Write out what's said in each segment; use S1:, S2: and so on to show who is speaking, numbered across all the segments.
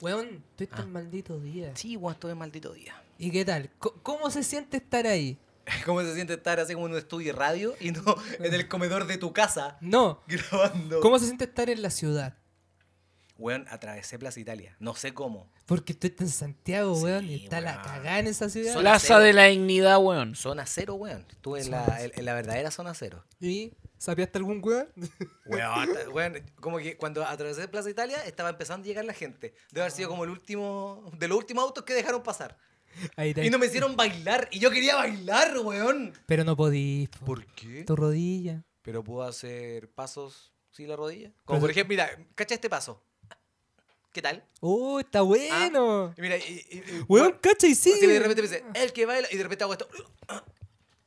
S1: Weón, tuviste un maldito día.
S2: Ah. Sí, weón, estuve maldito día.
S1: ¿Y qué tal? Co- ¿Cómo se siente estar ahí?
S2: ¿Cómo se siente estar así como en un estudio de radio y no en el comedor de tu casa
S1: No.
S2: grabando?
S1: ¿Cómo se siente estar en la ciudad?
S2: Weón, atravesé Plaza Italia. No sé cómo.
S1: Porque tú estás en Santiago,
S2: Sí,
S1: weón, y está la
S2: weón.
S1: cagada en esa ciudad.
S2: Sola-
S3: Plaza de la dignidad, weón.
S2: Zona cero, weón. Estuve en
S1: Zona
S2: la, en- en la verdadera zona cero.
S1: ¿Y sapiaste algún weón?
S2: Weón, hasta- weón, como que cuando atravesé Plaza Italia estaba empezando a llegar la gente. Debe haber sido como el último, de los últimos autos que dejaron pasar.
S1: Ahí te-
S2: Y no me hicieron bailar. Y yo quería bailar, weón.
S1: Pero no podís. po.
S2: ¿Por qué?
S1: Tu rodilla.
S2: Pero puedo hacer pasos sin la rodilla.
S1: Pero-
S2: Como por ejemplo, mira, cacha este paso. ¿Qué tal?
S1: ¡Oh, está bueno!
S2: Y Mira, y, y- y-
S1: weón, cacha y
S2: así
S1: sigue.
S2: Ah. de repente me dice, el que baila, y de repente hago esto.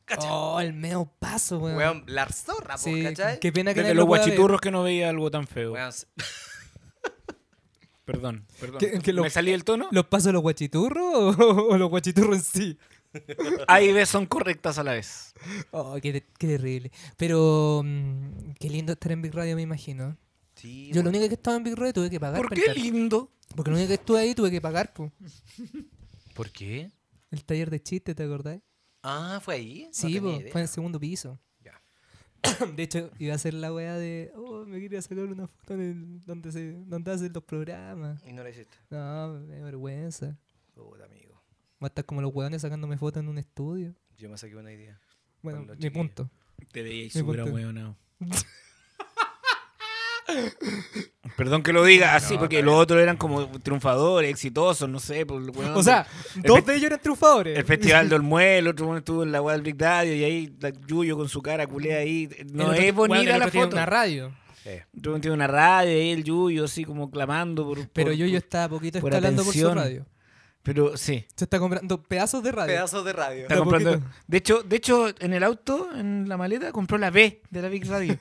S2: ¿Cacha?
S1: Oh, el medio paso, weón.
S2: Weón, la zorra, po,
S1: Sí,
S2: ¿cachai?
S1: qué pena que
S3: Desde
S1: nadie
S3: los
S1: lo pueda ver.
S3: guachiturros que no veía algo tan feo.
S2: Weón, s-
S3: Perdón, perdón.
S1: Que- que lo-
S3: ¿Me salí el tono?
S1: ¿Los pasos de los guachiturros o, o los guachiturros en sí?
S3: A y B son correctas a la vez.
S1: Oh, qué, te- qué terrible. Pero mm, qué lindo estar en Big Radio, me imagino.
S2: Sí,
S1: Yo lo
S2: weón.
S1: único que estaba en Big Radio tuve que pagar.
S3: ¿Por
S1: pa
S3: qué
S1: entrar.
S3: lindo?
S1: Porque lo único que estuve ahí tuve que pagar, po.
S2: Mm. ¿Por qué?
S1: El taller de chistes, ¿te acordás?
S2: Ah, fue ahí. No
S1: Sí, po,
S2: tenía idea.
S1: fue en el segundo piso.
S2: Ya.
S1: De hecho, iba a hacer la weá de, oh, me quería sacar una foto en el- donde, se, donde hacen los programas.
S2: Y no lo hiciste.
S1: No, me da vergüenza.
S2: Puta, amigo.
S1: Va a estar como los weones sacándome fotos en un estudio.
S2: Yo me saqué una idea.
S1: Bueno,
S2: Con los
S1: mi punto.
S3: Te veía y
S1: Me
S3: súper
S1: conté.
S3: ahueonado. Perdón que lo diga así, porque los otros eran como triunfadores, exitosos, no sé. por el weón
S1: O sea,
S3: del- el
S1: dos
S3: fe-
S1: de ellos eran triunfadores.
S3: El Festival del Muel, el otro weón estuvo en la weá del Big Daddy y ahí la Yuyo con su cara culea ahí. No
S1: El otro-
S3: es
S1: weón, el
S3: bonita
S1: otro
S3: la
S1: tiene
S3: foto.
S1: una radio.
S3: Otro weón tiene una radio y ahí el Yuyo así como clamando por...
S1: Pero
S3: por-
S1: yo, yo
S3: por-
S1: estaba poquito
S3: por
S1: escalando por
S3: atención.
S1: su radio.
S3: Pero sí.
S1: Se está comprando pedazos de radio.
S2: Pedazos de radio.
S3: Está
S1: De a
S3: comprando-
S1: poquito.
S3: De hecho, de hecho, en el auto, en la maleta, compró la B de la Big Radio.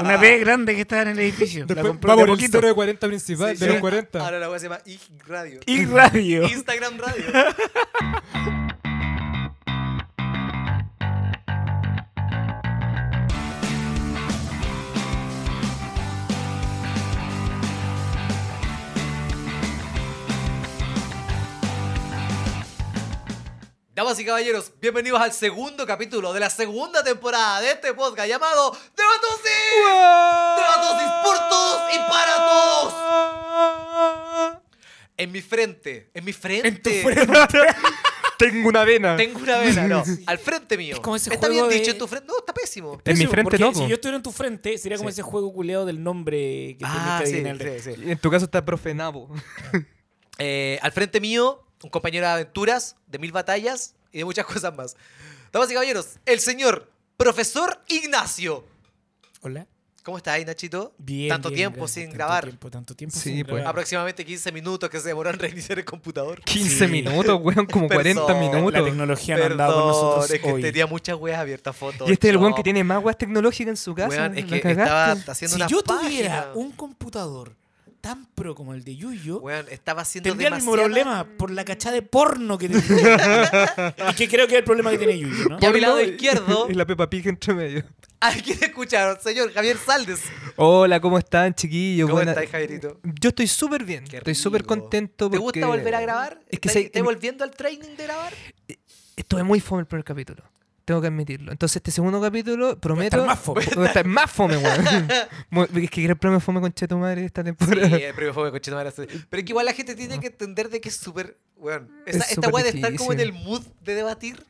S3: Una B grande que estaba en el edificio. la
S1: Después
S3: compró
S1: va
S3: de
S1: por el
S3: poquito.
S1: cero de 40 principal,
S2: Sí,
S1: de
S2: sí.
S1: los 40.
S2: Ahora la weá se llama IG Radio.
S3: Y radio.
S2: Instagram Radio. Damas y caballeros, bienvenidos al segundo capítulo de la segunda temporada de este podcast llamado Debatosis. Debatosis por todos y para todos. En mi frente, en mi frente.
S1: Tengo una vena.
S2: Tengo una vena, no. Al frente mío.
S3: Es como ese
S2: está
S3: juego
S2: bien
S3: de-
S2: dicho en tu frente. No, está pésimo.
S1: En mi
S3: Eso,
S1: frente
S3: porque
S1: no, po.
S3: Si yo estuviera en tu frente, sería como ese juego culeado del nombre que
S2: Ah,
S3: tenés
S2: sí,
S3: que adivinar.
S2: sí, sí.
S1: En tu caso está profe Nabo.
S2: Eh, al frente mío, un compañero de aventuras, de mil batallas y de muchas cosas más. Damas y caballeros, el señor profesor Ignacio.
S3: Hola.
S2: ¿Cómo estás ahí, Nachito?
S3: Bien.
S2: Tanto
S3: bien,
S2: tiempo
S3: gracias.
S2: sin
S3: Tanto
S2: grabar.
S3: tiempo, tanto tiempo
S1: Sí,
S3: sin
S1: pues.
S3: grabar.
S2: Aproximadamente 15 minutos que se demoró en reiniciar el computador.
S1: 15
S3: Sí.
S1: minutos, weón, como 40
S2: Persona,
S3: La
S1: minutos.
S3: tecnología no ha andado con nosotros
S2: es que este
S3: hoy.
S2: tenía muchas weas abiertas fotos.
S1: Y este es el weón que
S2: No,
S1: tiene más weas tecnológicas en su casa.
S2: weón, es
S1: la
S2: que estaba
S1: cagaste.
S2: haciendo
S3: Si
S2: una
S3: yo tuviera
S2: página.
S3: un computador tan pro como el de Yuyo,
S2: Weón, estaba haciendo
S3: Tendría el mismo
S2: demasiada-
S3: problema por la cachada de porno que tiene Yuyu. y que creo que es el problema que tiene Yuyu, ¿no?
S2: Por
S1: Porno
S2: mi lado
S1: y-
S2: izquierdo-
S1: Y la Pepa Pig entre medio.
S2: ¿A quién escucharon? Señor Javier Saldes.
S1: Hola, ¿cómo están, chiquillos?
S2: ¿Cómo
S1: Buena-
S2: estáis, Javierito?
S1: Yo estoy súper bien.
S2: Qué
S1: Estoy súper
S2: rico.
S1: contento.
S2: ¿Te
S1: porque-
S2: gusta volver a grabar?
S1: Es que
S2: ¿Estás-
S1: sé-
S2: ¿Estás volviendo al training de grabar?
S1: Estuve muy fome el primer capítulo. Tengo que admitirlo. Entonces, este segundo capítulo, prometo.
S3: más fome.
S1: Voy a estar más fome, weón. Mu- es que el problema fome con Cheto Madre esta temporada.
S2: Sí, el primer juego de coche no era así. Pero es que igual la gente tiene que entender de que es súper. Weón. Esa-
S1: Es
S2: esta
S1: súper
S2: weá de estar como en el
S1: difícil.
S2: mood de debatir.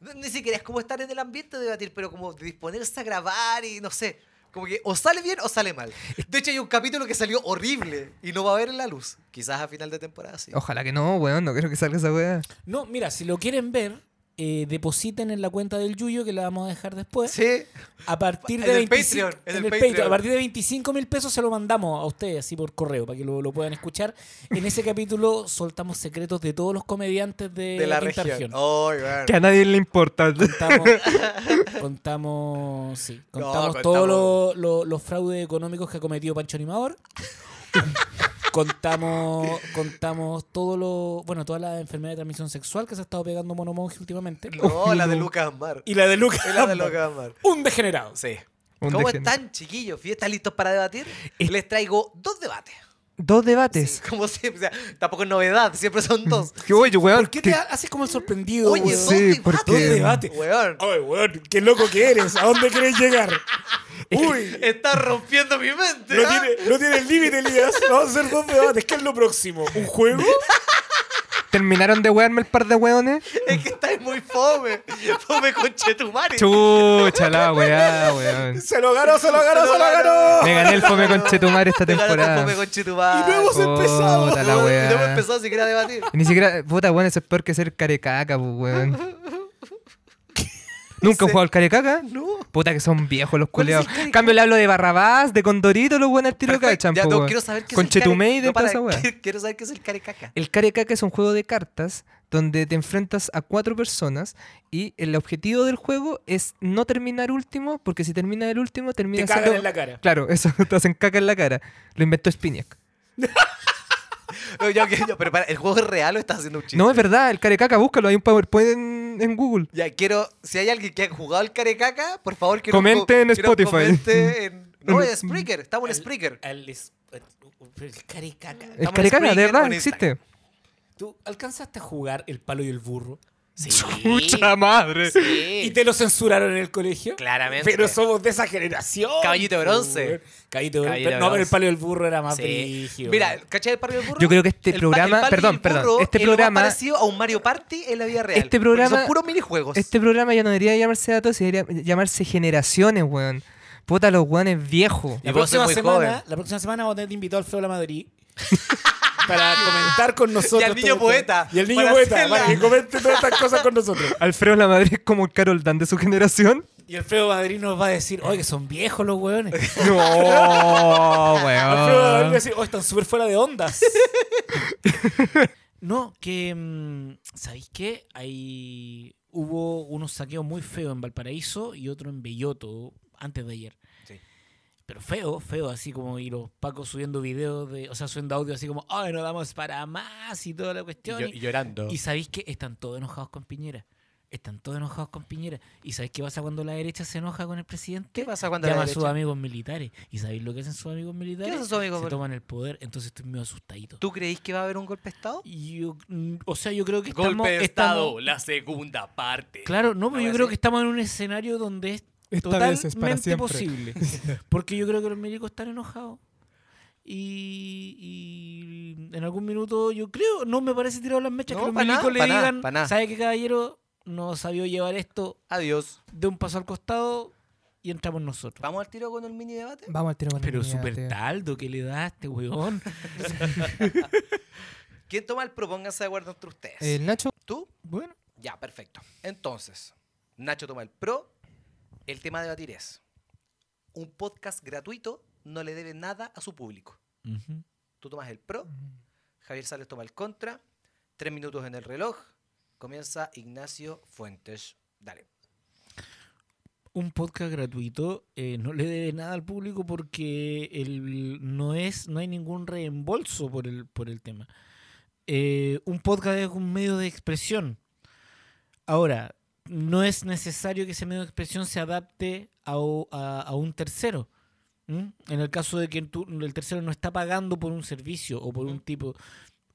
S2: no- Ni siquiera es como estar en el ambiente de debatir, pero como de disponerse a grabar y no sé. Como que o sale bien o sale mal. De hecho, hay un capítulo que salió horrible y no va a ver en la luz. Quizás a final de temporada sí.
S1: Ojalá que no, weón. No quiero que salga esa weá.
S3: No, mira, si lo quieren ver, eh, depositen en la cuenta del Yuyo, que la vamos a dejar después.
S2: Sí.
S3: A partir
S2: En
S3: de
S2: el
S3: 25
S2: Patreon, en
S3: en
S2: el
S3: el
S2: Patreon.
S3: Patreon, a partir de 25 mil pesos se lo mandamos a ustedes así por correo para que lo, lo puedan escuchar. En ese capítulo soltamos secretos de todos los comediantes de,
S2: De la
S3: quinta
S2: región. Oh, weón.
S1: Que a nadie le importa.
S3: Contamos, contamos, sí, contamos
S2: contamos-
S3: todos los- los- los fraudes económicos que ha cometido Pancho Animador. contamos contamos todo lo, bueno, toda la enfermedad de transmisión sexual que se ha estado pegando Mono Monge últimamente.
S2: No, la de Lucas Amar.
S3: Y la de Lucas.
S2: Es la de Lucas Amar.
S3: Un degenerado.
S2: Sí.
S1: Un
S2: ¿Cómo
S1: degenerado.
S2: están, chiquillos? ¿Están listos para debatir? Les traigo dos debates.
S1: Dos debates.
S2: Como siempre, o sea, tampoco es novedad, siempre son dos.
S1: Qué oye, weón.
S3: ¿Por qué te haces como el sorprendido,
S2: Oye,
S3: weón?
S2: dos
S1: Sí,
S2: debates.
S3: Dos
S1: porque-
S3: debates.
S2: Weón,
S3: Ay, weón, qué loco que eres. ¿A dónde querés llegar? Uy,
S2: está rompiendo mi mente.
S3: no
S2: ¿ah?
S3: tiene, no tiene límite, Elías. Vamos a hacer dos debates. ¿Qué es lo próximo? ¿Un juego?
S1: ¿Terminaron de wearme el par de weones?
S2: Es que estáis muy fome. Fome con Chetumare.
S1: Chucha la weá, weón.
S3: Se lo ganó, se lo ganó, se lo ganó.
S1: Me gané el fome con Chetumare esta
S2: Te ganaste
S1: temporada.
S2: fome con Chetumare.
S3: Y no hemos- empezado.
S1: Puta la
S2: No, y no hemos
S1: weá.
S2: empezado siquiera a debatir.
S1: Ni siquiera, puta, weón, eso es peor que ser carecaca, pues, weón. ¿Nunca he jugado al carecaca?
S2: No.
S1: Puta, que son viejos los
S2: ¿Cuál es
S1: culeados.
S2: el carecaca?
S1: En cambio, le hablo de Barrabás, de Condorito, los buenos al tiro
S2: Perfecto,
S1: cachan,
S2: ya,
S1: po,
S2: no,
S1: weón.
S2: quiero saber qué
S1: Con
S2: es el care-
S1: Chetumei
S2: no,
S1: de toda
S2: para,
S1: esa weá.
S2: Quiero saber qué es el carecaca.
S1: El carecaca es un juego de cartas donde te enfrentas a cuatro personas y el objetivo del juego es no terminar último, porque si termina el último, termina
S3: Te
S1: siendo-
S3: cagan en la cara.
S1: Claro, eso te hacen caca en la cara. Lo inventó Spinac.
S2: No, ya, ok, ya, pero para, ¿el juego es real o estás haciendo un chiste?
S1: No, es verdad, el carecaca, búscalo, hay un PowerPoint en, en Google.
S2: Ya, quiero. Si hay alguien que ha jugado al carecaca, por favor, que
S1: Comente en Spotify.
S2: Comente en. No,
S1: En-
S2: en Spreaker. Estamos en
S1: eh,
S2: Spreaker.
S3: Al es- el caricaca.
S1: El
S2: Estamos
S1: carecaca, de
S2: en Spreaker o
S1: verdad,
S2: en
S1: existe.
S3: ¿Tú alcanzaste a jugar el palo y el burro?
S2: Sí.
S1: Chucha madre.
S2: Sí.
S3: ¿Y te lo censuraron en el colegio?
S2: Claramente.
S3: Pero somos de esa generación.
S2: Caballito de bronce.
S3: weón. Caballito de bronce.
S2: Caballito de
S3: No, pero el
S2: bronce.
S3: palo del burro era más
S2: Sí.
S3: brígido.
S2: Mira, ¿cachai el Parque del Burro?
S1: Yo creo que este
S2: El pa-
S1: programa-
S2: el Parque
S1: perdón,
S2: del
S1: perdón,
S2: Burro
S1: este
S2: es lo más
S1: programa-
S2: parecido a un Mario Party en la vida real.
S1: Este
S2: porque
S1: programa-
S2: Son puros minijuegos.
S1: Este programa ya no debería llamarse datos, debería llamarse generaciones, weón. Puta, los weones viejos.
S3: La
S2: Y vos sos
S3: próxima,
S2: muy
S3: semana,
S2: joven.
S3: la próxima semana vamos a tener invitado al Feo La Madrid para comentar con nosotros.
S2: Y al
S3: todo
S2: niño
S3: esto.
S2: poeta,
S3: Y al niño
S2: para
S3: poeta,
S2: hacerla.
S3: para que comente todas estas cosas con nosotros.
S1: Alfredo La Madrid es como el Carol Dan de su generación.
S3: Y el Feo Madrid nos va a decir, oye, que son viejos los hueones. El
S1: No,
S3: Feo Madrid va a
S1: weón.
S3: decir, oye, Oh, están súper fuera de ondas. no, que, mm, ¿sabéis qué? Hay, hubo unos saqueos muy feos en Valparaíso y otro en Belloto antes de ayer.
S2: Sí.
S3: Pero feo, feo, así como y los pacos subiendo videos, de, o sea, subiendo audio así como, ay, no damos para más y toda la cuestión. y-
S2: llorando.
S3: Y sabéis que están todos enojados con Piñera. Están todos enojados con Piñera. ¿Y sabéis qué pasa cuando la derecha se enoja con el presidente?
S2: ¿Qué pasa cuando
S3: Llama
S2: la
S3: a sus
S2: derecha?
S3: amigos militares. ¿Y sabéis lo que hacen sus amigos militares?
S2: hacen sus amigos
S3: se
S2: mil-
S3: toman el poder. Entonces estoy medio asustadito.
S2: ¿Tú creís que va a haber un golpe de Estado?
S3: Y yo- mm, o sea, yo creo que estamos, estamos-
S2: la segunda parte.
S3: Claro, no, pero
S2: Algo
S3: yo creo
S2: así.
S3: que estamos en un escenario donde es
S1: Esta vez
S3: totalmente
S1: es para siempre.
S3: posible. Porque yo creo que los médicos están enojados. Y, y en algún minuto, yo creo, no me parece tirado las mechas
S2: No,
S3: que los
S2: pa' nada,
S3: médicos le
S2: pa' nada,
S3: digan,
S2: pa' nada.
S3: ¿sabe qué caballero? No sabió llevar esto
S2: Adiós.
S3: de un paso al costado y entramos nosotros.
S2: ¿Vamos al tiro con el mini debate?
S1: Vamos al tiro con
S3: Pero
S1: el debate.
S3: súper taldo que le da a este weón.
S2: ¿Quién toma el propónganse de acuerdo entre ustedes?
S1: El Nacho,
S2: ¿Tú?
S3: Bueno,
S2: Ya, perfecto. Entonces, Nacho toma el pro. El tema a debatir es: un podcast gratuito no le debe nada a su público.
S3: ujú.
S2: Tú tomas el pro, Javier Sales toma el contra. Tres minutos en el reloj. Comienza Ignacio Fuentes. Dale.
S3: un podcast gratuito eh, no le debe nada al público porque el, no es no hay ningún reembolso por el por el tema Eh, un podcast es un medio de expresión ahora no es necesario que ese medio de expresión se adapte a, o- a- a un tercero ¿m? en el caso de que tú- el tercero no está pagando por un servicio o por un
S2: Ujú.
S3: tipo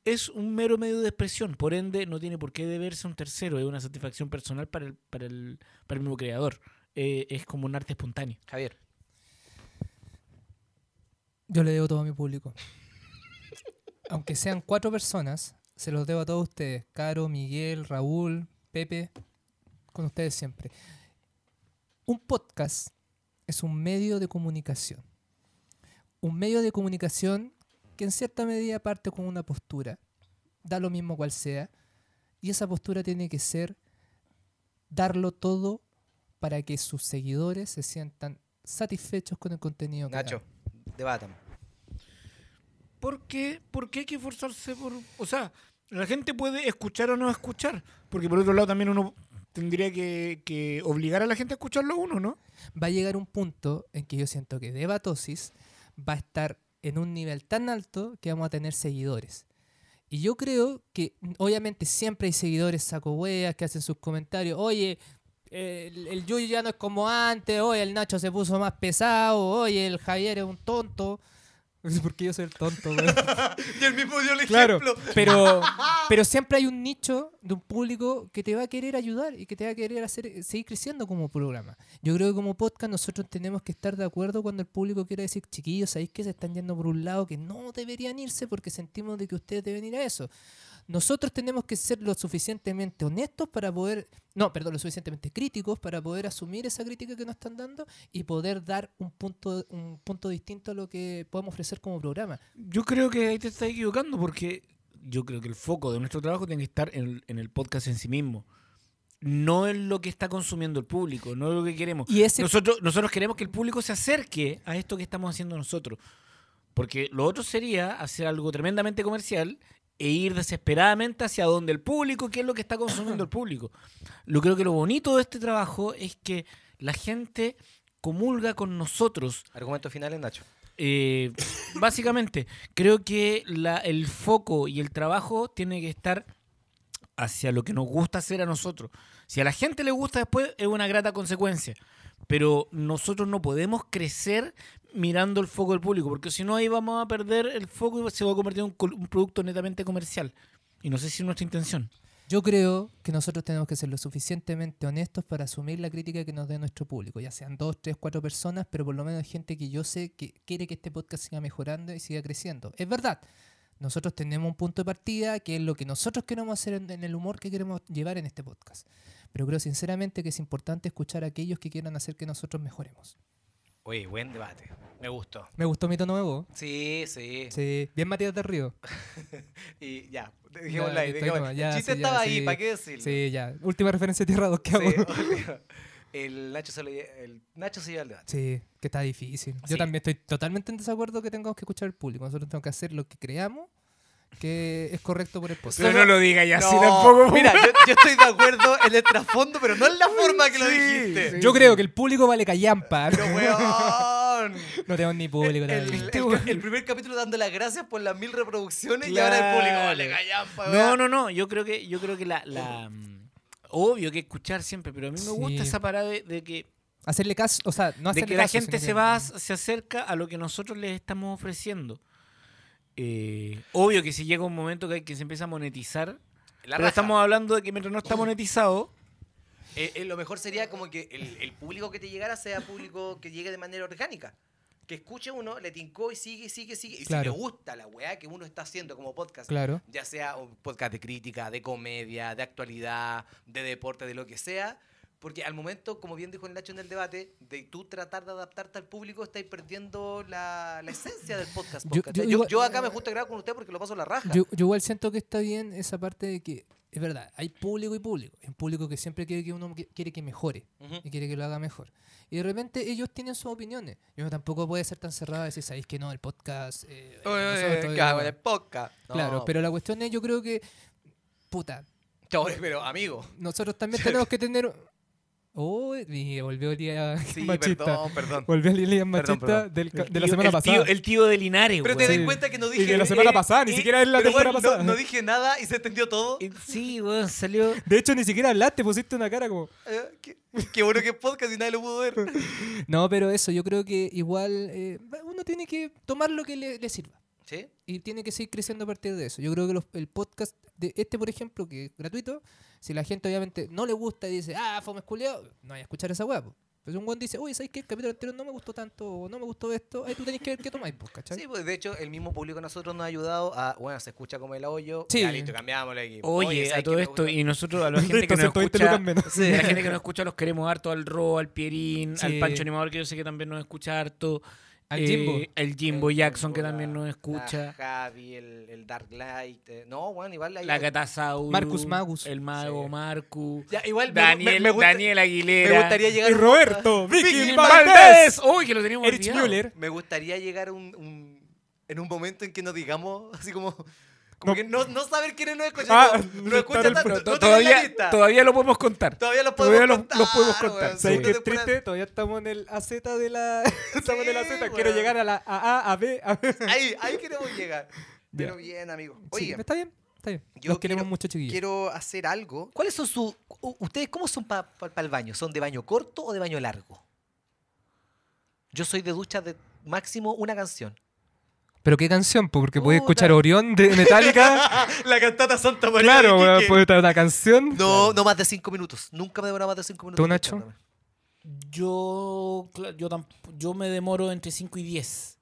S3: es un mero medio de expresión, por ende no tiene por qué deberse a un tercero, es una satisfacción personal para el, para el, para el mismo creador eh, es como un arte espontáneo.
S2: Javier.
S1: yo le debo todo a mi público. Aunque sean cuatro personas, se los debo a todos ustedes. Caro, Miguel, Raúl, Pepe, con ustedes siempre. Un podcast es un medio de comunicación. Un medio de comunicación que en cierta medida parte con una postura, da lo mismo cual sea, y esa postura tiene que ser darlo todo para que sus seguidores se sientan satisfechos con el contenido que
S2: Nacho.
S1: dan.
S2: Debatan.
S3: ¿Por qué, por qué hay que esforzarse por...? O sea, la gente puede escuchar o no escuchar, porque por otro lado también uno tendría que, que obligar a la gente a escucharlo a uno, ¿no?
S1: va a llegar un punto en que yo siento que Debatosis va a estar en un nivel tan alto que vamos a tener seguidores. Y yo creo que, mm, obviamente, siempre hay seguidores saco hueas que hacen sus comentarios. Oye, eh, el, el Yuyo ya no es como antes. Oye, el Nacho se puso más pesado. Oye, el Javier es un tonto. Porque yo soy el tonto, weón.
S2: Y él mismo dio el
S1: Claro,
S2: ejemplo.
S1: pero, pero siempre hay un nicho de un público que te va a querer ayudar y que te va a querer hacer eh, seguir creciendo como programa. Yo creo que como podcast nosotros tenemos que estar de acuerdo cuando el público quiera decir, chiquillos, sabéis que se están yendo por un lado que no deberían irse porque sentimos de que ustedes deben ir a eso. Nosotros tenemos que ser lo suficientemente honestos para poder, no, perdón, lo suficientemente críticos para poder asumir esa crítica que nos están dando y poder dar un punto, un punto distinto a lo que podemos ofrecer como programa.
S3: Yo creo que ahí te estás equivocando porque yo creo que el foco de nuestro trabajo tiene que estar en el, en el podcast en sí mismo. No en lo que está consumiendo el público, no en lo que queremos.
S1: Y ese
S3: Nosotros, nosotros queremos que el público se acerque a esto que estamos haciendo nosotros. Porque lo otro sería hacer algo tremendamente comercial e ir desesperadamente hacia donde el público, que es lo que está consumiendo el público. Lo creo que lo bonito de este trabajo es que la gente comulga con nosotros
S2: Argumentos finales, Nacho.
S3: eh, básicamente, creo que la- el foco y el trabajo tiene que estar hacia lo que nos gusta hacer a nosotros. Si a la gente le gusta después, es una grata consecuencia. Pero nosotros no podemos crecer mirando el foco del público, porque si no ahí vamos a perder el foco y se va a convertir en un, col- un producto netamente comercial. Y no sé si es nuestra intención.
S1: Yo creo que nosotros tenemos que ser lo suficientemente honestos para asumir la crítica que nos dé nuestro público, ya sean dos, tres, cuatro personas, pero por lo menos gente que yo sé que quiere que este podcast siga mejorando y siga creciendo. Es verdad, nosotros tenemos un punto de partida que es lo que nosotros queremos hacer en, en el humor que queremos llevar en este podcast. Pero creo sinceramente que es importante escuchar a aquellos que quieran hacer que nosotros mejoremos.
S2: Oye, buen debate. Me gustó.
S1: Me gustó mi tono nuevo.
S2: Sí, sí.
S1: Sí, bien Matías del Río.
S2: Y ya, dejémosla
S1: Ya,
S2: ahí.
S1: estoy
S2: dejémosla.
S1: nomás, ya,
S2: el chiste
S1: sí, ya,
S2: estaba ahí,
S1: sí.
S2: ¿para qué decirlo?
S1: Sí, ya. Última referencia de Tierra 2 que
S2: Sí,
S1: hago.
S2: obvio. el, Nacho se lo lle- el Nacho se lleva el debate.
S1: Sí, que está difícil. Yo
S2: Sí.
S1: también estoy totalmente en desacuerdo que tengamos que escuchar al público. Nosotros tenemos que hacer lo que creamos que es correcto por el podcast.
S2: Pero no lo
S3: diga ya
S2: No, Mira, yo, yo estoy de acuerdo en el trasfondo, pero no en la forma que lo dijiste.
S3: sí.
S1: Yo creo que el público vale callampa.
S2: Pero, weón.
S1: No tenemos ni público.
S2: El,
S1: la verdad.
S2: el- el- el primer capítulo dando las gracias por las mil reproducciones y ahora el
S3: Claro.
S2: público. Vale, callampa,
S3: No, no, no. Yo creo que, yo creo que la, la- mm, obvio que escuchar siempre, pero a mí me gusta
S1: Sí.
S3: esa parada de- de que
S1: Hacerle caso, o sea, no
S3: de
S1: hacerle
S3: que la
S1: caso,
S3: gente
S1: sino
S3: se
S1: que-
S3: va, se acerca a lo que nosotros les estamos ofreciendo. Eh, obvio que si llega un momento que, hay- que se empieza a monetizar,
S2: La
S3: pero
S2: raja.
S3: estamos hablando de que mientras no está monetizado,
S2: Eh, eh, lo mejor sería como que el, el público que te llegara sea público que llegue de manera orgánica. Que escuche uno, le tincó y sigue, sigue, sigue. Y
S1: Claro.
S2: si le gusta la weá que uno está haciendo como podcast,
S1: Claro.
S2: ya sea un podcast de crítica, de comedia, de actualidad, de deporte, de lo que sea. Porque al momento, como bien dijo el Nacho en el debate, de tú tratar de adaptarte al público, estáis perdiendo la, la esencia del podcast.
S1: Yo-
S2: po, ¿cachai?
S1: yo
S2: Yo,
S1: igual-
S2: yo acá me gusta grabar con usted porque lo paso la raja.
S1: Yo, yo igual siento que está bien esa parte de que, es verdad, hay público y público. Hay un público que siempre quiere que uno que- quiere que mejore
S2: Ujú.
S1: y quiere que lo haga mejor. Y de repente ellos tienen sus opiniones. Y uno tampoco puede ser tan cerrado y decir, sabéis que no, el podcast... eh, nosotros, eh,
S2: Cago en el podcast.
S1: Claro,
S2: No,
S1: pero la cuestión es, yo creo que, puta,
S2: chores, eh, pero amigo.
S1: nosotros también tenemos que tener... Oh, y volvió el día
S2: Sí,
S1: machista.
S2: perdón, perdón.
S1: Volvió el día machista
S2: perdón.
S1: del ca-
S3: el
S1: de la
S3: tío-
S1: semana
S3: el
S1: pasada.
S3: Tío, el tío de Linares,
S2: Pero
S3: weón.
S2: te
S1: Sí.
S2: das cuenta que no
S1: Y
S2: dije.
S1: de la semana
S2: eh,
S1: pasada, ni
S2: eh,
S1: siquiera es la
S2: pero
S1: temporada
S2: bueno,
S1: pasada.
S2: No, no dije nada y se entendió todo.
S3: Eh, Sí, weón, salió.
S1: De hecho, ni siquiera hablaste, pusiste una cara como...
S2: Eh, qué, qué bueno que es podcast y nadie lo pudo ver.
S1: No, pero eso, yo creo que igual eh, uno tiene que tomar lo que le, le sirva.
S2: ¿Sí?
S1: Y tiene que seguir creciendo a partir de eso. Yo creo que los- el podcast de este, por ejemplo, que es gratuito, si la gente obviamente no le gusta y dice, ah, fome esculeado, no hay a escuchar esa hueá. Pero si un guan dice, uy, ¿sabes qué? El capítulo anterior no me gustó tanto, o no me gustó esto, ahí tú tenés que ver qué tomáis, pues, ¿cachai?
S2: Sí, pues de hecho, el mismo público a nosotros nos ha ayudado a. Bueno, se escucha como el hoyo.
S1: Sí.
S2: Ya, listo, cambiámosle aquí.
S3: Oye, a
S2: ¿sabes
S3: todo
S2: qué me
S3: esto,
S2: gustó?
S3: y nosotros a la gente que nos
S1: 120 lucas
S3: escucha.
S1: menos.
S3: a la gente que nos escucha los queremos harto al Ro, al Pierín,
S1: Sí.
S3: al Pancho Animador, que yo sé que también nos escucha harto.
S1: Al
S3: eh,
S1: Jimbo.
S3: El Jimbo
S2: El
S3: Jackson, que
S2: Jimbo,
S3: también
S2: la-
S3: nos
S2: La
S3: escucha.
S2: Javi, el, el Dark Light. eh, no, bueno, igual hay.
S3: La Catasaurus.
S1: Marcus Magus.
S3: El Mago
S2: Sí.
S3: Marcus.
S2: Ya, igual me-
S3: Daniel,
S2: me, me gusta-
S3: Daniel Aguilera.
S2: me gustaría llegar.
S1: Y
S2: a un-
S1: Roberto, Vicky
S3: Vicky
S1: Valdés,
S3: Valdés. Uy, que lo teníamos
S1: Erich
S3: olvidado.
S1: Müller.
S2: Me gustaría llegar a un, un- en un momento en que nos digamos así como... Como que no, no saber quiénes nos escuchan.
S1: Ah,
S2: no, nos escuchan
S1: tal-
S2: tanto,
S1: pero
S2: no tenemos la
S3: To- todavía,
S2: lista.
S3: todavía lo podemos contar.
S2: Todavía los podemos
S1: Todavía los,
S2: contar.
S1: los podemos contar.
S2: weón,
S1: ¿Sabes
S2: segunda
S1: qué es
S2: temporada.
S1: triste? Todavía estamos en el AZ de la. estamos en el AZ. Quiero
S2: weón.
S1: llegar a la AA, AB, AB.
S2: Ahí, ahí queremos llegar. Pero
S1: Ya.
S2: bien, amigos.
S1: Sí,
S2: Oye,
S1: está bien, está bien.
S2: yo
S1: Los queremos
S2: quiero-
S1: mucho, chiquillos.
S2: quiero hacer algo. ¿Cuáles son sus... u- ¿Ustedes cómo son para el baño? ¿Son de baño corto o de baño largo? Yo soy de ducha de máximo una canción.
S1: Pero qué canción, po? porque podéis
S2: Puta.
S1: escuchar Orión de Metallica.
S2: la cantata Santa María.
S1: claro,
S2: de
S1: weón,
S2: Iquique.
S1: puede estar una canción.
S2: No, no más de cinco minutos. Nunca me demora más de cinco minutos.
S1: ¿Tú, Nacho?
S2: escuchándome.
S3: Yo, cla- yo, tamp- yo me demoro entre 5 y 10.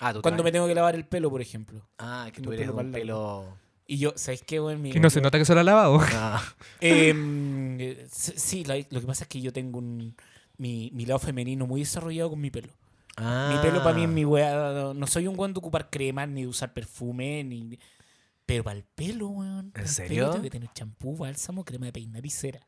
S2: Ah, tú
S3: Cuando me
S2: también.
S3: tengo que lavar el pelo, por ejemplo.
S2: Ah, que
S3: me
S2: tú eres
S3: pelo
S2: un
S3: para el
S2: pelo.
S3: Y yo, ¿sabes qué, weón? Mi-
S1: Y no se nota que se la ha lavado.
S2: Ah.
S3: Em, eh, s- sí, la- lo que pasa es que yo tengo un, mi, mi lado femenino muy desarrollado con mi pelo. Mi pelo para mí
S2: Ah.
S3: es mi weá. no- No soy un weón de ocupar cremas, ni de usar perfume, ni. Pero para el pelo, weón. pa'l pelo
S2: serio?
S3: Tengo que tener champú, bálsamo, crema de peinar y cera.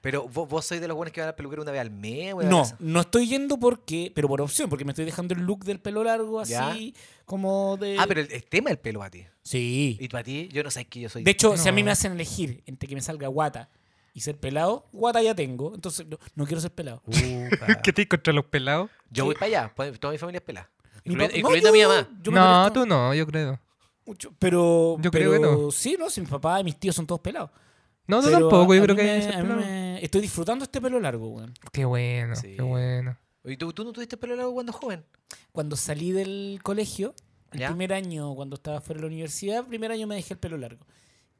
S2: Pero vos, vos sois de los buenos que van al peluquero una vez al mes, weón.
S3: No,
S2: esa.
S3: no estoy yendo porque, pero por opción, porque me estoy dejando el look del pelo largo así,
S2: Ya.
S3: como de.
S2: Ah, pero el, el tema del pelo a ti.
S3: Sí.
S2: Y para ti, yo no sé que yo soy.
S3: De hecho, si a mí
S1: No.
S3: me hacen elegir entre que me salga guata y ser pelado, guata ya tengo, entonces no, no quiero ser pelado.
S2: Upa.
S3: Ah.
S1: ¿Qué te contra los pelados?
S2: yo voy para allá, pues, toda mi familia es pelada.
S3: Mi
S2: Incluyendo,
S3: papá- no,
S2: incluyendo a
S3: yo-
S2: mi mamá.
S3: yo me
S1: no,
S3: parezco
S1: tú no, yo creo.
S3: mucho, pero.
S1: Yo creo que
S3: pero
S1: no.
S3: Sí, no, si mi papá y mis tíos son todos pelados.
S1: No, tú
S3: Pero
S1: tampoco,
S3: a-
S1: yo
S3: a
S1: creo
S3: mí
S1: que...
S3: me-
S1: ese
S3: a mí
S1: pelado-
S3: me- Estoy disfrutando este pelo largo, weón.
S1: Qué bueno,
S2: Sí.
S1: qué bueno.
S2: ¿Y tú, tú no tuviste pelo largo cuando joven?
S3: Cuando salí del colegio, el
S2: ¿Ya?
S3: primer año, cuando estaba fuera de la universidad, primer año me dejé el pelo largo.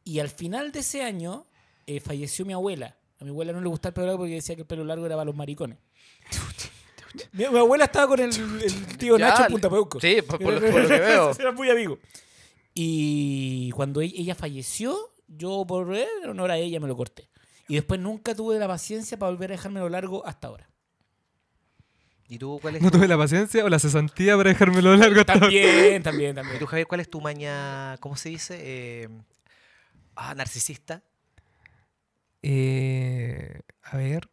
S3: Y al final de ese año eh, falleció mi abuela. A mi abuela no le gustaba el pelo largo porque decía que el pelo largo era para los maricones. mi, mi abuela estaba con el, el tío
S2: Ya,
S3: Nacho en
S2: le-
S3: Punta Peuco.
S2: Sí, por, por lo, por lo que veo.
S3: Era muy amigo. Y cuando e- ella falleció, yo por eh, honor a ella me lo corté. Y después nunca tuve la paciencia para volver a dejármelo largo hasta ahora.
S2: ¿Y tú cuál es?
S1: No
S2: tu-
S1: tuve la paciencia o la cesantía para dejármelo largo hasta ahora.
S3: También, también,
S2: ¿Y
S3: también.
S2: tú, Javier, cuál es tu maña, cómo se dice? Eh, ah, narcisista.
S1: Eh, a ver.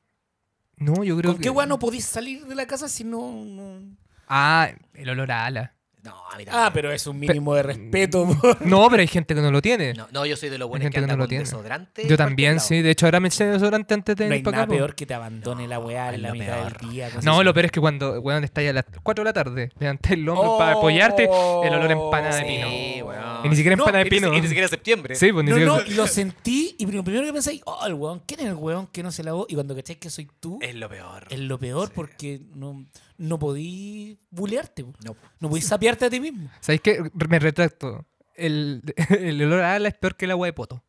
S1: No, yo creo
S3: ¿Con
S1: que...
S3: qué guay no podís salir de la casa si no... no-
S1: Ah, el olor a ala.
S2: No, a mí
S3: Ah,
S2: también.
S3: pero es un mínimo de respeto. por-
S1: No, pero hay gente que no lo tiene.
S2: No, no, yo soy de los buenos
S1: gente que
S2: que
S1: no
S2: andan
S1: lo
S2: con
S1: tiene.
S2: desodorante.
S1: Yo
S2: en
S1: también,
S2: cualquier
S1: sí. De hecho, ahora me eché desodorante antes de
S3: No
S1: venir
S3: hay
S1: para
S3: nada
S1: acá. po.
S3: peor que te abandone la weá
S2: es
S3: en la
S2: lo
S3: mitad
S2: peor.
S3: del día.
S1: No, lo peor es que cuando weón, está ya a las 4 de la tarde, levanté el hombro para
S3: Oh,
S1: apoyarte, el olor a empanada de
S3: Sí,
S1: pino.
S2: weón.
S1: Y ni siquiera
S3: No,
S1: empanada de
S2: lado. Y ni
S1: pino.
S2: si- y ni siquiera septiembre.
S1: Sí, pues ni
S3: No,
S1: siquiera.
S3: no, lo sentí y lo primero que pensé, oh, el weón, ¿quién es el weón que no se lavó? Y cuando caché que soy tú,
S2: Es lo peor.
S3: es lo peor
S2: Sí.
S3: porque no, no podí bulearte, po.
S2: No.
S3: no podí sapearte a ti mismo.
S1: ¿Sabéis qué? Me retracto. El, el olor a ala es peor que el agua de poto.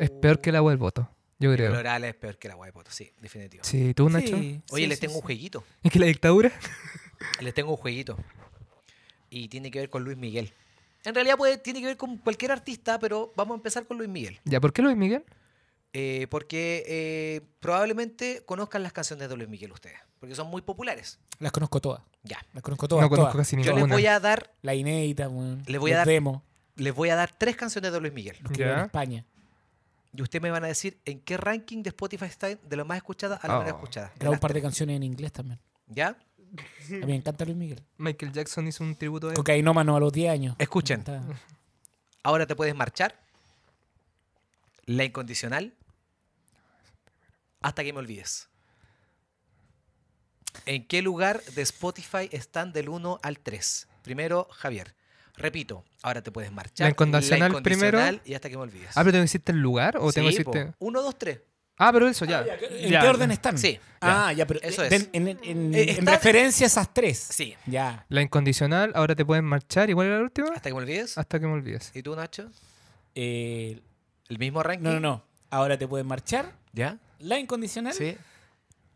S1: Es peor que el agua del poto, yo
S2: Oh. El
S1: creo.
S2: olor a ala uh, es peor que la agua de poto, sí, definitivo.
S1: Sí, tú,
S3: Sí,
S1: Nacho.
S2: Oye,
S3: sí,
S2: les
S3: sí,
S2: tengo un
S3: sí.
S2: jueguito.
S1: Es que la dictadura.
S2: Les tengo un jueguito. Y tiene que ver con Luis Miguel. En realidad puede, tiene que ver con cualquier artista, pero vamos a empezar con Luis Miguel.
S1: ¿Ya por qué Luis Miguel?
S2: Eh, porque eh, probablemente conozcan las canciones de Luis Miguel ustedes, porque son muy populares.
S3: Las conozco todas,
S2: Ya.
S3: las conozco todas.
S1: No conozco
S3: todas.
S1: casi
S2: Yo
S1: ninguna.
S2: les voy a dar,
S3: La inédita, weón.
S2: Le voy a
S3: los
S2: dar-
S3: demos,
S2: les voy a dar tres canciones de Luis Miguel.
S3: los que viven en
S1: Ya.
S3: España.
S2: Y ustedes me van a decir en qué ranking de Spotify están de lo más escuchada a la
S1: Oh.
S2: menos escuchada.
S3: Grabo Ah. un par de canciones en inglés también.
S2: ¿Ya?
S3: A mí me encanta Luis Miguel.
S1: Michael Jackson hizo un tributo a él.
S3: Cocainómano a los 10 años.
S2: Escuchen.
S3: Me encantaba.
S2: Ahora te puedes marchar. La incondicional. Hasta que me olvides. ¿En qué lugar de Spotify están del 1 al 3? Primero, Javier. Repito, ahora te puedes marchar.
S1: La incondicional primero.
S2: Y hasta que me olvides.
S1: Ah, pero tengo que decirte el lugar o tengo que decirte.
S2: 1, 2, 3.
S1: Ah, pero eso ya.
S3: ¿En
S1: Ya.
S3: qué orden están?
S2: Sí.
S3: Ah, ya, pero
S2: Eso
S3: eso
S2: es.
S3: En, en- en-
S2: Eh,
S3: en
S2: está-
S3: referencia a esas tres.
S2: Sí.
S3: Ya.
S1: La incondicional, ahora te pueden marchar. ¿Y cuál era la última?
S2: Hasta que me olvides.
S1: Hasta que me olvides.
S2: ¿Y tú, Nacho?
S3: Eh,
S2: ¿El mismo ranking?
S3: no, no, no. Ahora te pueden marchar.
S2: ¿Ya?
S3: La incondicional.
S2: Sí.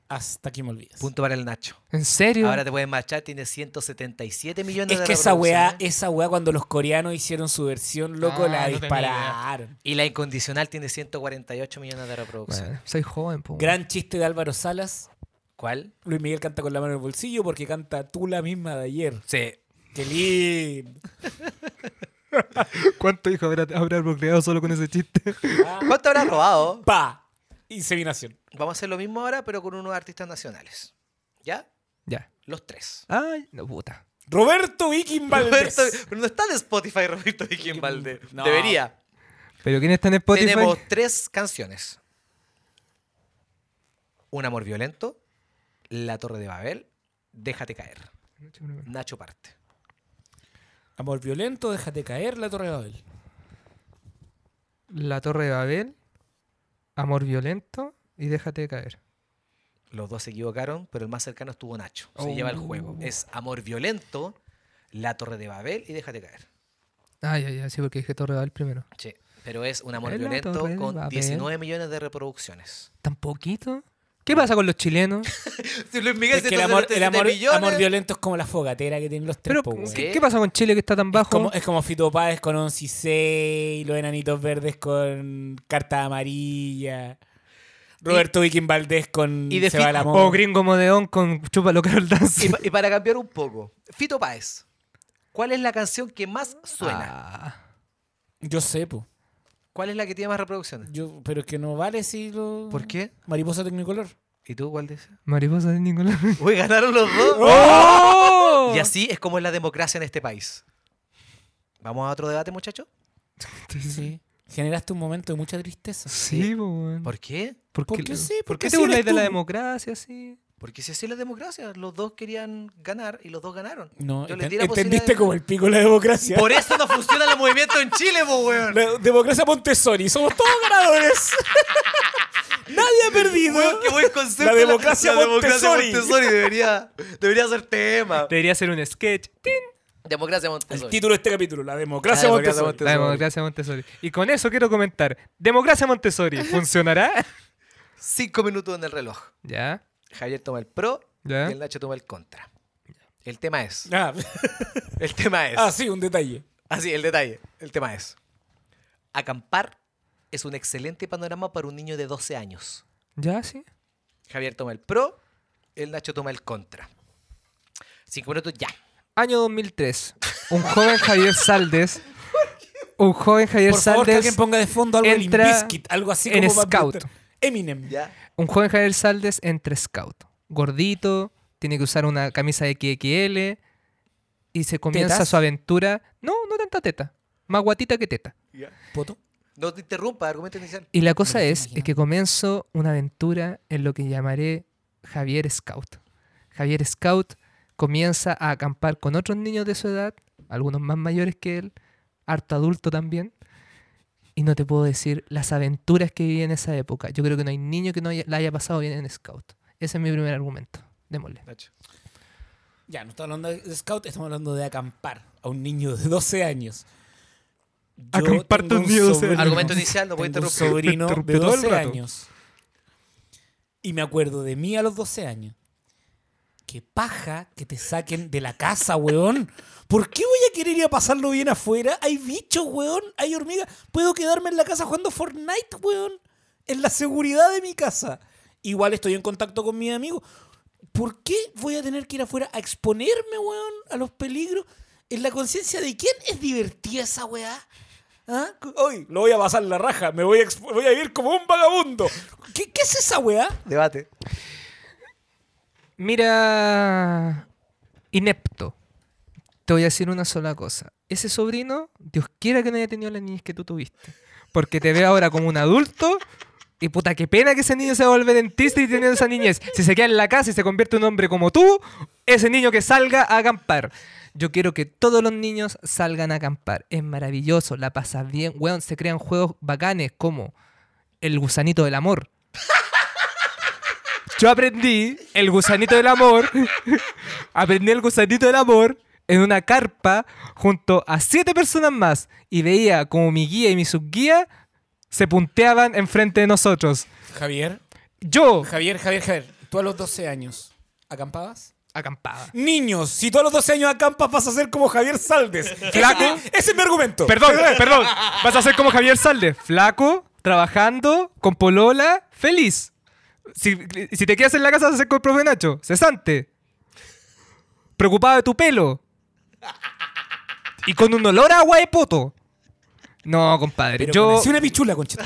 S3: Hasta que me olvides.
S2: Punto para el Nacho.
S1: ¿En serio?
S2: Ahora te puedes marchar. Tiene 177 millones
S3: Es
S2: de ¿eh?
S3: que esa weá,
S2: reproducciones.
S3: esa weá cuando los coreanos hicieron su versión, loco,
S1: Ah,
S3: la
S1: no tenía
S3: dispararon.
S2: Y la incondicional tiene 148 millones de reproducciones.
S1: Bueno, soy joven, po.
S3: Gran chiste de Álvaro Salas.
S2: ¿Cuál?
S3: Luis Miguel canta con la mano en el bolsillo porque canta tú la misma de ayer.
S2: Sí.
S3: ¡Qué lindo!
S1: ¿Cuánto hijo habrá, habrá procreado solo con ese chiste?
S3: Ah,
S2: ¿Cuánto habrá robado?
S3: ¡Pa! Inseminación.
S2: Vamos a hacer lo mismo ahora, pero con unos artistas nacionales. ¿Ya?
S1: ya.
S2: Los tres.
S1: Ay, no, puta.
S3: Roberto Viking Valdés.
S2: Roberto- pero no está en Spotify Roberto Vicky Valde.
S3: No.
S2: Debería.
S1: ¿Pero quién está en Spotify?
S2: Tenemos tres canciones. Un amor violento, La Torre de Babel, Déjate caer. Nacho parte.
S3: Amor violento, déjate caer, la Torre de Babel.
S1: La Torre de Babel, Amor Violento y Déjate caer.
S2: Los dos se equivocaron, pero el más cercano estuvo Nacho. Se
S1: Oh.
S2: lleva el juego. Es amor violento, La Torre de Babel y Déjate Caer.
S1: Ah, ya, ya, sí, porque dije Torre Babel primero.
S2: Sí. Pero es Un Amor
S1: Es La
S2: Violento
S1: Torre de
S2: con
S1: Babel.
S2: 19 millones de reproducciones.
S1: ¿Tan poquito? ¿Qué pasa con los chilenos?
S2: Luis Miguel,
S3: Es que el
S2: este
S3: amor, el amor,
S2: ¿eh?
S3: amor violento es como la fogatera que tienen los tres,
S1: Pero,
S3: po, weón.
S1: ¿qué, qué pasa con Chile que está tan
S3: Es
S1: bajo?
S3: como, es como Fito Páez con 11 y 6, los enanitos verdes con carta amarilla, Roberto Viking Valdés con
S2: y de
S3: Se va
S2: Fi-
S3: el amor.
S1: O Gringo Modeón con Chúpalo Carol Dance.
S2: Y, pa- y para cambiar un poco, Fito Páez, ¿cuál es la canción que más suena?
S1: Ah,
S3: Yo sé, po.
S2: ¿Cuál es la que tiene más reproducciones?
S3: Yo, pero es que no vale si lo...
S2: ¿Por qué?
S3: Mariposa Tecnicolor.
S2: ¿Y tú cuál dices?
S1: mariposa de Nicolás.
S2: Uy, ganaron los dos.
S1: ¡Oh!
S2: Y así es como es la democracia en este país. ¿Vamos a otro debate, muchachos?
S3: Sí. Generaste un momento de mucha tristeza.
S1: Sí, po, weón.
S2: ¿Por qué?
S3: ¿Por
S1: qué-
S3: qué sí?
S1: ¿Por
S3: Porque
S1: qué
S3: así
S1: te burláis
S3: eres
S1: de la
S3: tú.
S1: democracia así?
S2: Porque si así es la democracia, los dos querían ganar y los dos ganaron.
S3: No,
S2: Yo
S3: enten-
S2: les di la
S3: entendiste
S2: posibilidad de-
S3: como el pico de la democracia.
S2: Por eso no funciona el movimiento en Chile, po, weón.
S3: La democracia Montessori, somos todos ganadores. Nadie ha perdido.
S2: Weón, qué buen concepto.
S3: La democracia
S2: la democracia
S3: Montessori.
S2: Montessori debería, debería ser tema.
S1: Debería ser un sketch. ¡Tin!
S2: Democracia
S3: El
S2: Montessori.
S3: título de este capítulo, la Ah, democracia,
S2: La democracia
S3: Montessori.
S1: La democracia Montessori. Y con eso quiero comentar. Democracia Montessori, ¿funcionará?
S2: Cinco minutos en el reloj.
S1: ya,
S2: Javier toma el pro
S1: ya.
S2: y el Nacho toma el contra. El tema es.
S3: Ah,
S2: El tema es.
S3: ah, sí, un detalle.
S2: Así, el detalle. El tema es. Acampar es un excelente panorama para un niño de 12 años.
S1: Ya, sí.
S2: Javier toma el pro, el Nacho toma el contra. Cinco minutos ya.
S1: Año 2003. Un joven Javier Saldes. Un joven Javier
S3: Por favor, que alguien
S1: Saldes.
S3: ponga de fondo algo de Limp
S1: entra
S3: Bizkit, algo así
S1: en
S3: como para-
S1: Scout.
S3: Eminem.
S2: Ya.
S1: Un joven Javier Saldes entre scout. Gordito, tiene que usar una camisa de XXL. Y se comienza
S3: ¿Tetas?
S1: su aventura. No, no tanta teta. Más guatita que teta.
S3: Poto.
S2: No te interrumpa, argumento inicial.
S1: Y la cosa
S3: Me lo
S1: es,
S3: estoy
S1: es que comienzo una aventura en lo que llamaré Javier Scout. Javier Scout comienza a acampar con otros niños de su edad, algunos más mayores que él, harto adulto también. Y no te puedo decir las aventuras que viví en esa época. Yo creo que no hay niño que no haya- la haya pasado bien en Scout. Ese es mi primer argumento. Démosle.
S2: Nacho.
S3: Ya, no estamos hablando de scout, estamos hablando de acampar a un niño de 12 años. Yo
S1: Acampar
S3: tengo
S1: a un niño de 12
S3: sobrino-
S1: años.
S2: Argumento inicial, no puedo
S3: tengo un
S2: interrumpir.
S3: sobrino
S1: Me
S3: de
S1: interrumpió todo el
S3: 12
S1: rato.
S3: años. Y me acuerdo de mí a los 12 años. Qué paja que te saquen de la casa, weón. ¿Por qué voy a querer ir a pasarlo bien afuera? Hay bichos, weón. Hay hormigas. Puedo quedarme en la casa jugando Fortnite, weón. En la seguridad de mi casa. Igual estoy en contacto con mis amigos. ¿Por qué voy a tener que ir afuera a exponerme, weón, a los peligros? ¿En la conciencia de quién es divertida esa weá? ¿Ah? Hoy lo voy a pasar la raja, me voy a, expo- voy a vivir como un vagabundo. ¿Qué, qué es esa weá?
S2: Debate.
S1: Mira, inepto. Te voy a decir una sola cosa. Ese sobrino, Dios quiera que no haya tenido la niñez que tú tuviste. Porque te ve ahora como un adulto. Y puta, qué pena que ese niño se va a volver dentista y teniendo esa niñez. Si se queda en la casa y se convierte en un hombre como tú, ese niño que salga a acampar. Yo quiero que todos los niños salgan a acampar. Es maravilloso, la pasas bien. Weón, se crean juegos bacanes como el gusanito del amor. Yo aprendí el gusanito del amor. aprendí el gusanito del amor en una carpa junto a siete personas más. Y veía como mi guía y mi subguía se punteaban enfrente de nosotros.
S3: Javier,
S1: Yo
S3: Javier, Javier, Javier, tú a los 12 años, ¿acampabas?
S1: acampaba.
S3: Niños, si tú a los 12 años acampas vas a ser como Javier Saldes.
S1: Flaco.
S3: Ese, ese es mi argumento.
S1: Perdón, perdón. Vas a ser como Javier Saldes. Flaco, trabajando, con polola, feliz. Si, si te quedas en la casa vas a ser con el profe Nacho. Cesante. Preocupado de tu pelo. Y con un olor a agua de poto. No, compadre.
S3: Pero
S1: yo...
S3: conocí una pichula, concha.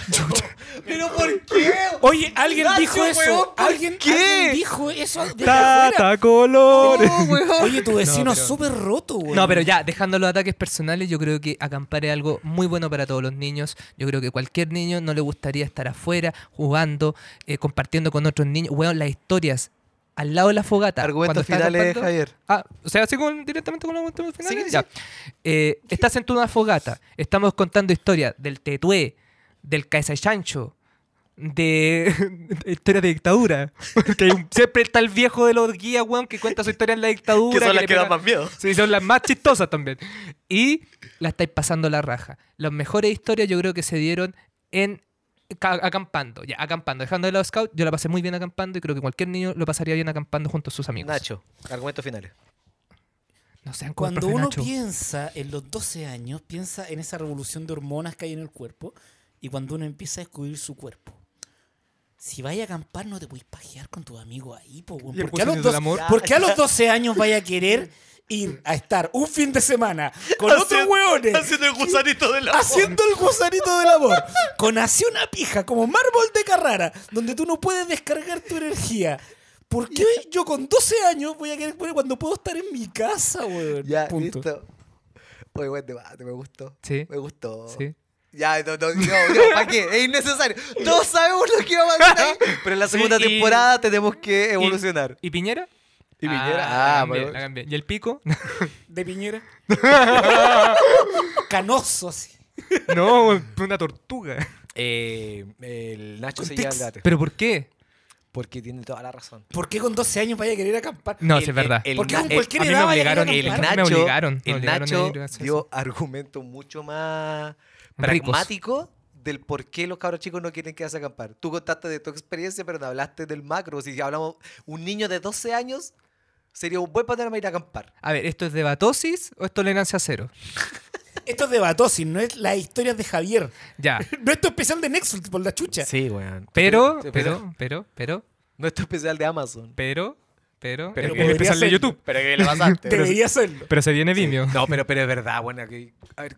S2: ¿Pero por qué?
S3: Oye, alguien
S2: Ignacio,
S3: dijo eso.
S2: weón, ¿por
S3: ¿Alguien,
S2: qué?
S3: alguien dijo eso desde afuera.
S1: Tata colores.
S3: Oye, tu vecino
S1: No,
S3: es
S1: pero-
S3: súper roto, weón.
S1: No, pero ya, dejando los ataques personales, yo creo que acampar es algo muy bueno para todos los niños. Yo creo que cualquier niño no le gustaría estar afuera, jugando, eh, compartiendo con otros niños. Bueno, las historias al lado de la fogata. cuando
S2: Argumentos
S1: estás
S2: finales,
S1: acampando-
S2: Javier.
S1: Ah, o sea, así con- directamente con los argumentos finales.
S2: sí,
S1: ya. Eh, estás en tu una fogata, estamos contando historias del tetué, del caesachancho, de historias de dictadura. Porque hay un- siempre está el viejo de los guías, weón, que cuenta su historia en la dictadura.
S2: Que son
S1: que
S2: las
S1: le
S2: que dan
S1: pega-
S2: más miedo.
S1: Sí, son las más chistosas también. Y la estáis pasando la raja. Las mejores historias yo creo que se dieron en ca- acampando, ya, acampando, dejando de lado scout, yo la pasé muy bien acampando y creo que cualquier niño lo pasaría bien acampando junto a sus amigos.
S2: Nacho, argumentos finales.
S1: No sean como el
S3: Cuando
S1: profe
S3: uno
S1: Nacho.
S3: piensa en los 12 años, piensa en esa revolución de hormonas que hay en el cuerpo y cuando uno empieza a descubrir su cuerpo. Si vais a acampar, no te podéis pajear con tus amigos ahí, po, weón.
S1: Y el
S3: ¿Por qué a los
S1: cuestionario del
S3: 12
S1: amor.
S3: ¿Por qué a los 12 años vaya a querer ir a estar un fin de semana con otros
S2: Haciendo-
S3: hueones
S2: Haciendo el gusanito de la
S1: Ah,
S3: haciendo el gusanito del amor con así una pija como mármol de Carrara donde tú no puedes descargar tu energía ¿Por qué yo con 12 años voy a querer poner cuando puedo estar en mi casa, weón?
S2: Ya,
S3: Punto.
S2: listo. Oye, buen debate, me gustó.
S1: Sí.
S2: Me gustó.
S1: Sí.
S2: Ya, no, no, no, no, ¿para qué? Es innecesario. Todos sabemos lo que va a pasar ahí. Pero en la
S1: Sí,
S2: segunda
S1: y-
S2: temporada tenemos que evolucionar.
S1: ¿Y Piñera?
S2: Y Piñera,
S1: Ah,
S2: ah,
S1: hagan bien,
S2: bueno.
S1: hagan bien. ¿Y el pico?
S3: De Piñera. Canoso, así.
S1: no, una tortuga.
S2: Eh, el Nacho
S3: Con
S2: se lleva el
S3: tics.
S2: debate.
S1: ¿Pero por qué?
S2: Porque tiene toda la razón.
S3: ¿Por qué con 12 años vaya a querer acampar?
S1: No,
S2: El-
S1: sí, es verdad.
S2: el-
S3: ¿Por qué
S2: na-
S3: con
S2: el-
S3: cualquier
S1: a mí
S3: edad
S1: me
S3: vaya a
S1: obligaron,
S3: querer
S1: el na-
S3: acampar?
S1: Me obligaron, me
S2: el
S1: obligaron a
S2: Nacho
S1: ir a hacer
S2: dio
S1: eso.
S2: argumentos mucho más
S1: Ricos.
S2: pragmáticos del por qué los cabros chicos no quieren quedarse a acampar. Tú contaste de tu experiencia, pero no hablaste del macro. Si hablamos, un niño de 12 años sería un buen panorama ir a acampar.
S1: A ver, ¿esto es debatosis o es tolerancia cero?
S3: Esto es de Batosi, no es las historias de Javier.
S1: Ya.
S3: No es tu especial de Netflix, por la chucha.
S2: Sí, weón.
S1: Pero, pero, pero, pero,
S2: Nuestro especial de Amazon.
S1: pero, pero,
S3: Pero
S1: el-
S3: podría
S1: el especial de
S3: ser-
S1: YouTube.
S2: Pero que le pasaste.
S3: Debería serlo.
S1: Pero se viene Vimeo.
S2: No, pero, pero es verdad, bueno, que- a ver,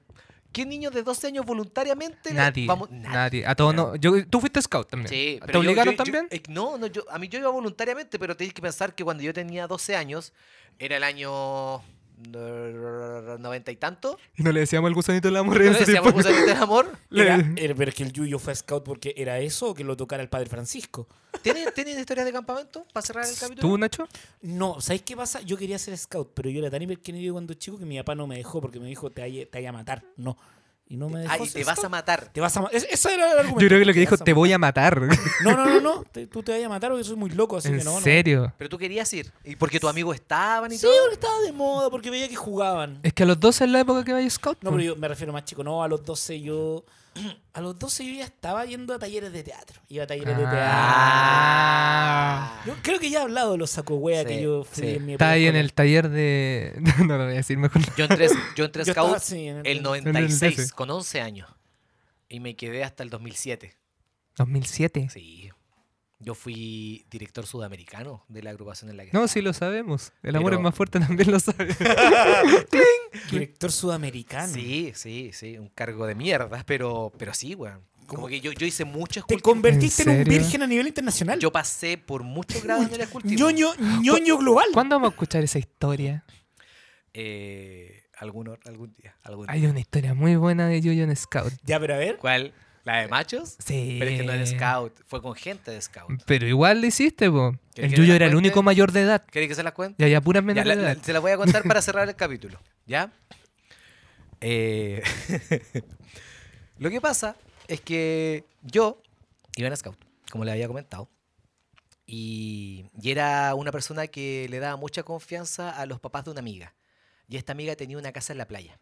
S2: ¿qué niño de 12 años voluntariamente? le-
S1: Nadie,
S2: vamos-
S1: nadie, A todos no. Yo, tú fuiste scout también.
S2: Sí,
S1: ¿Te
S2: pero yo-
S1: obligaron
S2: yo- yo-
S1: también?
S2: eh, no, no, yo, a mí yo iba voluntariamente, pero tenéis que pensar que cuando yo tenía 12 años, era el año eh, 90 y tanto.
S1: no le decíamos el gusanito del amor.
S2: ¿no? Decíamos gusanito del amor.
S3: Era, era ver que el Yuyo fue scout porque era eso o que lo tocara el padre Francisco.
S2: ¿Tienen, tienen historias de campamento para cerrar el capítulo?
S1: ¿Tú, Nacho?
S3: No, ¿sabes qué pasa? Yo quería ser scout, pero yo era tan hiperquenero cuando chico que mi papá no me dejó porque me dijo, te vaya, te vaya a matar. No. Y no me dejó.
S2: Ah, y
S3: ser
S2: te vas a
S3: scout.
S2: matar.
S3: Te vas a ma- es- Eso era el argumento.
S1: Yo creo que lo que dijo,
S3: vas a
S1: te voy a matar.
S3: matar. No, no, no, no. te- tú te vayas a matar porque soy muy loco, así
S1: ¿En
S3: que no. no.
S1: serio?
S2: Pero tú querías ir. Y porque tus amigos estaban y
S3: Sí,
S2: todo.
S3: porque estaba de moda, porque veía que jugaban.
S1: Es que a los 12 es la época que vaya scout.
S3: No, pero yo me refiero más chico. No, a los 12 yo. A los 12 yo ya estaba yendo a talleres de teatro. Iba a talleres de teatro.
S1: Ah.
S3: Yo creo que ya he hablado de los saco wea
S2: Sí,
S3: que yo fui
S2: sí.
S3: en mi
S1: Está ahí
S3: época
S1: en el taller de... No lo voy a decir mejor.
S2: Yo entré, yo entré
S3: Yo
S2: Scout
S3: estaba así, en el-
S2: el
S1: el
S2: 96,
S1: DC.
S2: con 11 años. Y me quedé hasta el 2007.
S1: 2007.
S2: Sí. Yo fui director sudamericano de la agrupación en la que
S1: No, sí lo sabemos. El amor
S2: Pero-
S1: es más fuerte también lo sabe.
S3: Director sudamericano.
S2: Sí, sí, sí, un cargo de mierda, pero, pero sí, weón. Como que yo, yo hice muchas
S3: Te
S2: cultivos.
S3: convertiste en,
S1: ¿En
S3: un
S1: serio?
S3: virgen a nivel internacional.
S2: Yo pasé por muchos grados en el escultismo.
S3: ñoño, ñoño global.
S1: ¿Cuándo vamos a escuchar esa historia?
S2: Eh, alguno- algún día, algún día.
S1: Hay una historia muy buena de Yuyo en Scout.
S3: Ya, pero a ver.
S2: ¿Cuál? ¿La de machos?
S1: Sí. Mm.
S2: Pero es que no era scout, fue con gente de scout.
S1: Pero igual lo hiciste, po.
S2: ¿Quieres
S1: El
S2: que te
S1: Yuyo
S2: la
S1: era el
S2: cuente?
S1: único mayor de edad.
S2: ¿Queréis que se las cuente?
S1: Y había puras menores de
S2: Ya, la- la-
S1: edad.
S2: se las voy a contar para cerrar el capítulo, ¿ya? Eh, lo que pasa es que yo iba en scout, como les había comentado. Y, y era una persona que le daba mucha confianza a los papás de una amiga. Y esta amiga tenía una casa en la playa.